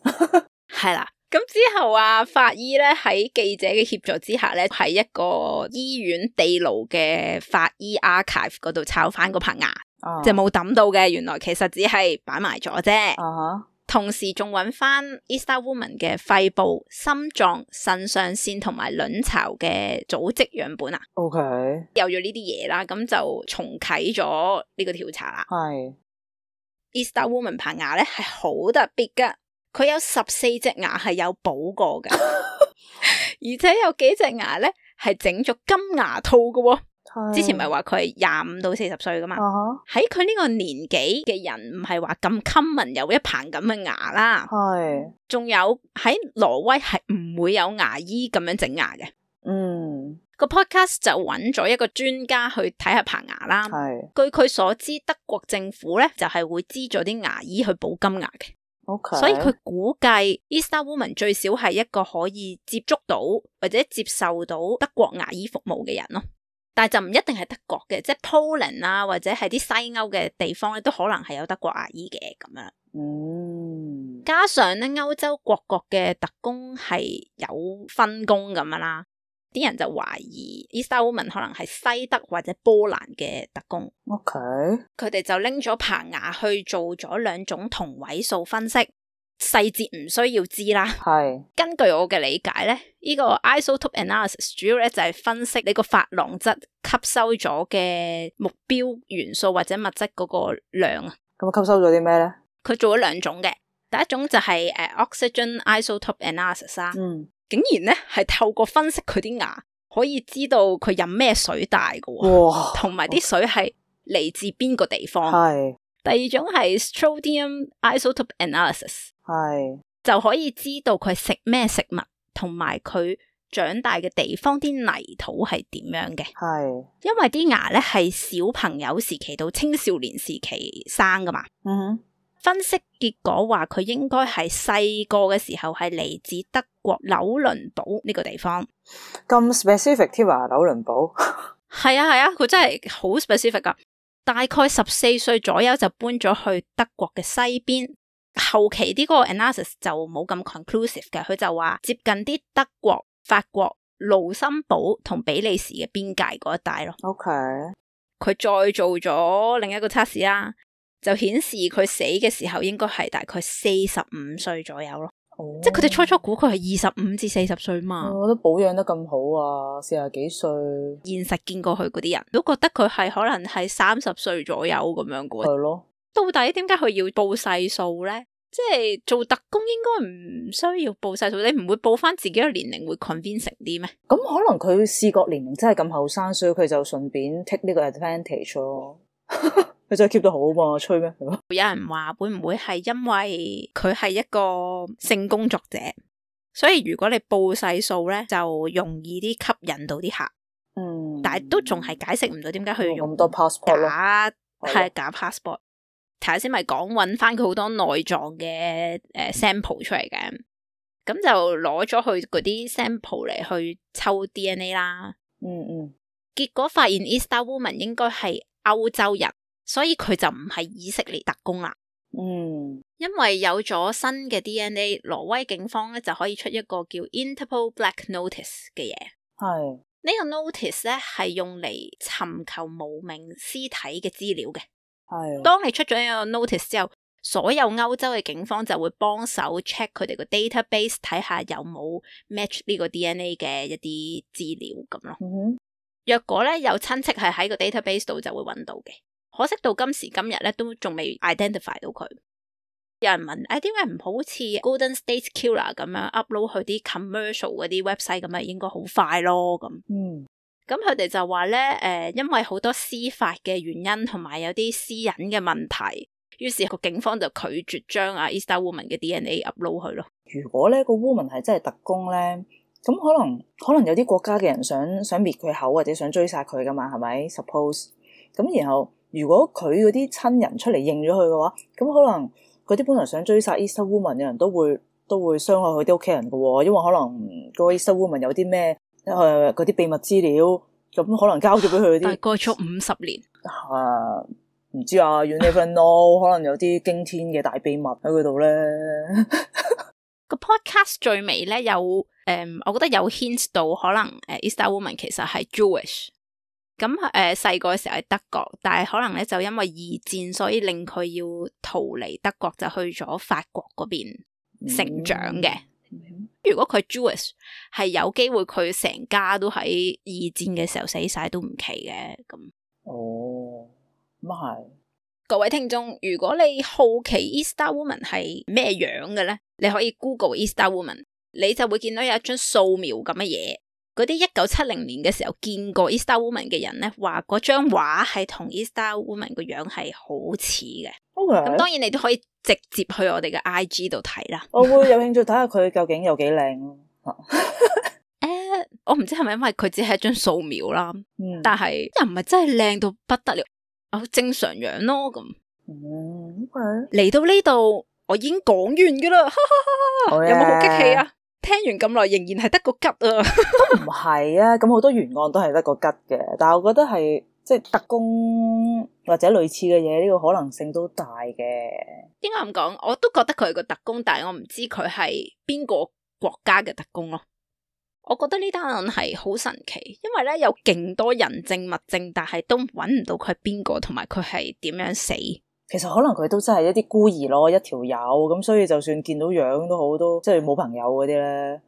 Speaker 1: 系啦。咁之後啊，法醫咧喺記者嘅協助之下咧，喺一個醫院地牢嘅法醫 archive 嗰度抄翻嗰棚牙，
Speaker 2: 啊
Speaker 1: 就冇抌到嘅。原來其實只係擺埋咗啫。
Speaker 2: 啊哈
Speaker 1: 同時仲揾翻 Easter Woman 嘅肺部、心臟、腎上腺同埋卵巢嘅組織樣本啊，
Speaker 2: ，OK，
Speaker 1: 有咗呢啲嘢啦，咁就重啟咗呢個調查啦。
Speaker 2: 係
Speaker 1: Easter Woman 棚牙咧係好特別噶，佢有十四隻牙係有補過噶，而且有幾隻牙咧係整咗金牙套噶、喎。
Speaker 2: 係
Speaker 1: 之前咪話佢係廿五到四十歲噶嘛
Speaker 2: 啊，哈
Speaker 1: 喺佢呢個年紀嘅人唔係話咁 common 有一棚咁嘅牙啦，
Speaker 2: 係
Speaker 1: 仲有喺挪威係唔會有牙醫咁樣整牙嘅。
Speaker 2: 嗯
Speaker 1: 個 podcast 就揾咗一個專家去睇下棚牙啦。
Speaker 2: 係
Speaker 1: 據佢所知，德國政府咧就係會資助啲牙醫去補金牙嘅。
Speaker 2: OK，
Speaker 1: 所以佢估計 Easter Woman 最少係一個可以接觸到或者接受到德國牙醫服務嘅人咯。但係就唔一定係德國嘅，即係 Poland 啊，或者係啲西歐嘅地方咧，都可能係有德國牙醫嘅咁樣。
Speaker 2: 嗯
Speaker 1: 加上咧，歐洲各國嘅特工係有分工咁樣啦，啲人就懷疑 Easter Woman 可能係西德或者波蘭嘅特工。
Speaker 2: OK，
Speaker 1: 佢哋就拎咗棚牙去做咗兩種同位素分析，細節唔需要知啦。
Speaker 2: 係
Speaker 1: 根據我嘅理解咧，呢、個 isotope analysis 主要咧就係分析你個珐琅質吸收咗嘅目標元素或者物質嗰個量啊。
Speaker 2: 咁吸收咗啲咩咧？
Speaker 1: 佢做咗兩種嘅，第一種就係、誒 oxygen isotope analysis 啦，
Speaker 2: 嗯，
Speaker 1: 竟然咧係透過分析佢啲牙可以知道佢飲咩水大嘅喎，
Speaker 2: 哇，
Speaker 1: 同埋啲水係嚟自邊個地方。
Speaker 2: 係
Speaker 1: 第二種係 strontium isotope analysis，
Speaker 2: 係
Speaker 1: 就可以知道佢食咩食物，同埋佢長大嘅地方啲泥土係點樣嘅。
Speaker 2: 係，
Speaker 1: 因為啲牙咧係小朋友時期到青少年時期生噶嘛。
Speaker 2: 嗯
Speaker 1: 分析結果話佢應該係細個嘅時候係嚟自德國紐倫堡呢個地方。
Speaker 2: 哼，咁 specific 添啊，紐倫堡， [laughs]
Speaker 1: 係啊係啊，佢真係好 specific 噶。大概十四歲左右就搬咗去德國嘅西邊。後期呢個 analysis 就冇咁 conclusive 嘅，佢就話接近啲德國、法國、盧森堡同比利時嘅邊界嗰一帶咯。
Speaker 2: OK，
Speaker 1: 佢再做咗另一個測試啦，就顯示佢死嘅時候應該係大概四十五歲左右咯。即係佢哋初初估佢係二十五至四十歲嘛。
Speaker 2: 我覺得保養得咁好啊，四廿幾歲，
Speaker 1: 現實見過佢嗰啲人都覺得佢係可能係三十歲左右咁樣嘅。
Speaker 2: 係咯，
Speaker 1: 到底點解佢要報細數咧？即係做特工應該唔需要報細數，你唔會報翻自己嘅年齡會 convincing 啲咩？
Speaker 2: 咁可能佢視覺年齡真係咁後生，所以佢就順便 take 呢個 advantage 咯。 [laughs] 佢真係 keep 得好嘛，吹咩？係咯
Speaker 1: 有人話會唔會係因為佢係一個性工作者，所以如果你報細數咧，就容易啲吸引到啲客，
Speaker 2: 嗯，
Speaker 1: 但係都仲係解釋唔到點解佢用
Speaker 2: 哦咁多 passport 咯，
Speaker 1: 假
Speaker 2: 係
Speaker 1: 係假 passport。頭先咪講揾翻佢好多內臟嘅誒 sample 出嚟嘅，咁就攞咗佢嗰啲 sample 嚟去抽 DNA 啦。
Speaker 2: 嗯嗯，
Speaker 1: 結果發現 Easter Woman 應該係歐洲人，所以佢就唔係以色列特工啦。
Speaker 2: 嗯
Speaker 1: 因為有咗新嘅 DNA，挪威警方咧就可以出一個叫 Interpol Black Notice 嘅嘢。
Speaker 2: 係
Speaker 1: 呢、個 notice 咧係用嚟尋求無名屍體嘅資料嘅。
Speaker 2: 係
Speaker 1: 當你出咗呢個 notice 之後，所有歐洲嘅警方就會幫手 check 佢哋個 database，睇下有冇 match 呢個 DNA 嘅一啲資料咁咯。
Speaker 2: 嗯哼
Speaker 1: 若果咧有親戚係喺個 database 度就會揾到嘅，可惜到今時今日咧都仲未 identify 到佢。有人問：誒、點解唔好似 Golden State Killer 咁樣 upload 去啲 commercial 嗰啲 website 咁啊？應該好快咯咁。
Speaker 2: 嗯
Speaker 1: 咁佢哋就話咧，誒、因為好多司法嘅原因，同埋有啲私隱嘅問題，於是個警方就拒絕將啊 Easter Woman 嘅 DNA upload 去咯。
Speaker 2: 如果咧個 woman 係真係特工咧，咁可能可能有啲國家嘅人想想滅佢口或者想追殺佢噶嘛，係咪？Suppose 咁然後如果佢嗰啲親人出嚟認咗佢嘅話，咁可能嗰啲本來想追殺 Easter Woman 嘅人都會都會傷害佢啲屋企人嘅喎，因為可能嗰個 Easter Woman 有啲咩誒嗰啲秘密資料，咁可能交咗俾佢嗰
Speaker 1: 但係
Speaker 2: 啲
Speaker 1: 過咗五十年，
Speaker 2: 啊唔知啊，you never know，可能有啲驚天嘅大秘密喺佢度咧。
Speaker 1: 個 podcast 最尾呃咧呃有誒、我覺得有 hint 到可能誒 Easter Woman 其實係 Jewish，咁誒細個嘅時候喺德國，但係可能咧就因為二戰，所以令佢要逃離德國，就去咗法國嗰邊成長嘅。
Speaker 2: 嗯。
Speaker 1: 如果佢 Jewish 係有機會，佢成家都喺二戰嘅時候死晒都唔奇嘅。咁
Speaker 2: 哦，咁係。
Speaker 1: 各位聽眾，如果你好奇 Easter Woman 係咩樣嘅咧，你可以 Google Easter Woman，你就會見到有一張素描咁嘅嘢。嗰啲一九七零年嘅時候見過 Easter Woman 嘅人咧，話嗰張畫係同 Easter Woman 個樣係好似嘅。
Speaker 2: O K，
Speaker 1: 咁當然你都可以直接去我哋嘅 IG 度睇啦。
Speaker 2: 我會有興趣睇下佢究竟有幾靚咯。
Speaker 1: 誒、我唔知係咪因為佢只係一張素描啦，
Speaker 2: 嗯，
Speaker 1: 但係又唔係真係靚到不得了，啊正常樣咯咁。
Speaker 2: 嗯，OK，
Speaker 1: 嚟到呢度，我已經講完噶啦，哈哈哈
Speaker 2: 好
Speaker 1: 哈
Speaker 2: 呀
Speaker 1: 有冇好激氣啊？聽完咁耐，仍然係得個吉啊！
Speaker 2: 都唔係啊。咁好多原案都係得個吉嘅，但係我覺得係即係特工或者類似嘅嘢，呢、個可能性都大嘅。
Speaker 1: 應該咁講，我都覺得佢係個特工，但係我唔知佢係邊個國家嘅特工咯。我覺得呢單案係好神奇，因為咧有勁多人證物證，但係都揾唔到佢係邊個，同埋佢係點樣死。
Speaker 2: 其實可能佢都真係一啲孤兒咯，一條友咁，所以就算見到樣都好，都即係冇朋友嗰啲咧，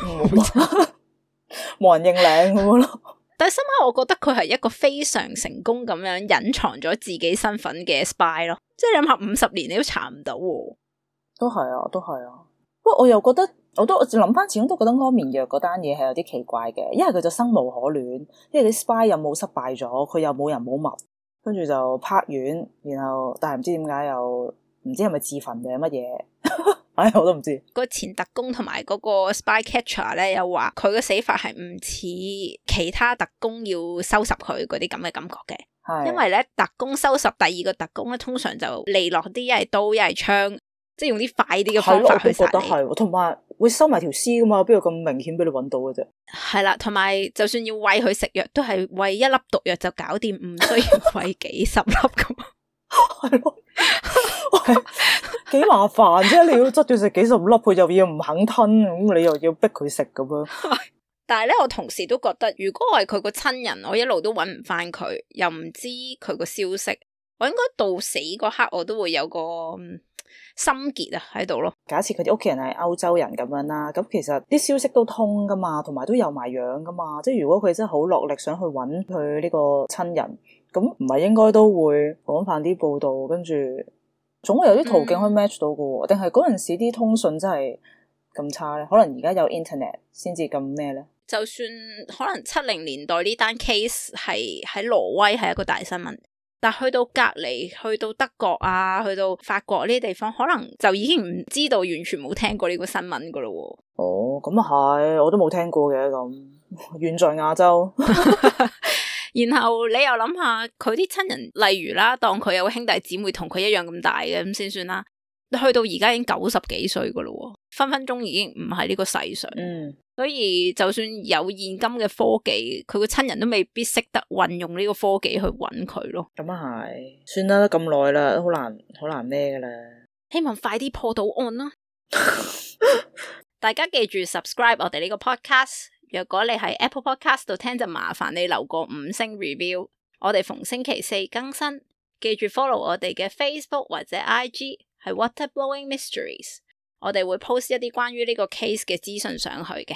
Speaker 2: 都冇冇人認領咁咯。
Speaker 1: 但係深刻，我覺得佢係一個非常成功咁樣隱藏咗自己身份嘅 spy 咯，即係你諗下五十年你都查唔到喎。
Speaker 2: 都係啊，都係啊。不過我又覺得，我都我諗翻，始終都覺得安眠藥嗰單嘢係有啲奇怪嘅，因為佢就生無可戀，因為啲 spy 任務失敗咗，佢又冇人冇物，跟住就拍院，然後但係唔知點解又唔知係咪自焚定係乜嘢， [laughs] 唉、我都唔知。
Speaker 1: 個前特工同埋嗰個 spy catcher 咧，又話佢嘅死法係唔似其他特工要收拾佢嗰啲咁嘅感覺嘅，
Speaker 2: 係
Speaker 1: 因為咧特工收拾第二個特工咧，通常就利落啲，一係刀，一係槍，即係用啲快啲嘅
Speaker 2: 係
Speaker 1: 方
Speaker 2: 咯，我
Speaker 1: 法去
Speaker 2: 都覺
Speaker 1: 殺
Speaker 2: 得
Speaker 1: 你。
Speaker 2: 係喎，同埋會收埋條屍噶嘛，邊度咁明顯俾你揾到嘅啫？
Speaker 1: 係啦，同埋就算要餵佢食藥，都係餵一粒毒藥就搞掂，唔需要 [laughs] 餵幾十粒咁。
Speaker 2: 係
Speaker 1: [laughs]
Speaker 2: 咯，喂幾麻煩啫！你要執住食幾十粒，佢又要唔肯吞，咁你又要逼佢食咁樣。
Speaker 1: 但係咧，我同時都覺得，如果我係佢個親人，我一路都揾唔翻佢，又唔知佢個消息，我應該到死嗰刻，我都會有個、嗯心結啊喺度咯。
Speaker 2: 假設佢哋屋企人係歐洲人咁樣啦，咁其實啲消息都通噶嘛，同埋都有埋樣噶嘛。即係如果佢真係好落力想去揾佢呢個親人，咁唔係應該都會廣泛啲報導，跟住總會有啲途徑可以 match 到噶喎。定係嗰陣時啲通訊真係咁差咧？可能而家有 internet 先至咁咩咧？
Speaker 1: 就算可能七零年代呢單 case 係喺挪威係一個大新聞，但去到隔離、去到德國啊、去到法國呢啲地方，可能就已經唔知道，完全冇聽過呢個新聞噶咯
Speaker 2: 哦，咁啊係，我都冇聽過嘅咁，遠在亞洲。
Speaker 1: 喎。 [laughs] 然後你又諗下佢啲親人，例如啦，當佢有個兄弟姊妹同佢一樣咁大嘅，咁先算啦。去到而家已經九十幾歲噶咯喎，分分鐘已經唔喺呢個世上。
Speaker 2: 嗯，
Speaker 1: 所以就算有現今嘅科技，佢個親人都未必識得運用呢個科技去揾佢咯。
Speaker 2: 咁啊係，算啦，咁耐啦，都好難好難咩噶啦。
Speaker 1: 希望快啲破到案啦！大家記住 subscribe 我哋呢個 podcast。若果你喺 Apple Podcast 度聽，就麻煩你留個五星 review。我哋逢星期四更新，記住 follow 我哋嘅 Facebook 或者 IG 係 Water Blowing Mysteries。我哋會 post 一啲關於呢個 case 嘅資訊上去嘅，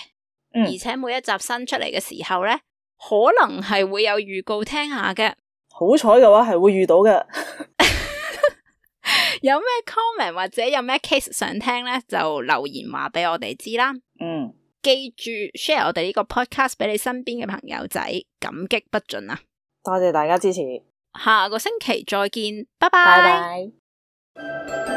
Speaker 2: 嗯
Speaker 1: 而且每一集新出嚟嘅時候呢，可能係會有預告聽下嘅。
Speaker 2: 好彩嘅話係會遇到嘅。
Speaker 1: 有咩 comment 或者有咩 case 想聽呢，就留言話俾我哋知啦。
Speaker 2: 嗯，
Speaker 1: 記住 share 我哋呢個 podcast 俾你身邊嘅朋友仔，感激不盡啊！
Speaker 2: 多謝大家支持，
Speaker 1: 下個星期再見，拜
Speaker 2: 拜
Speaker 1: 拜。
Speaker 2: 拜。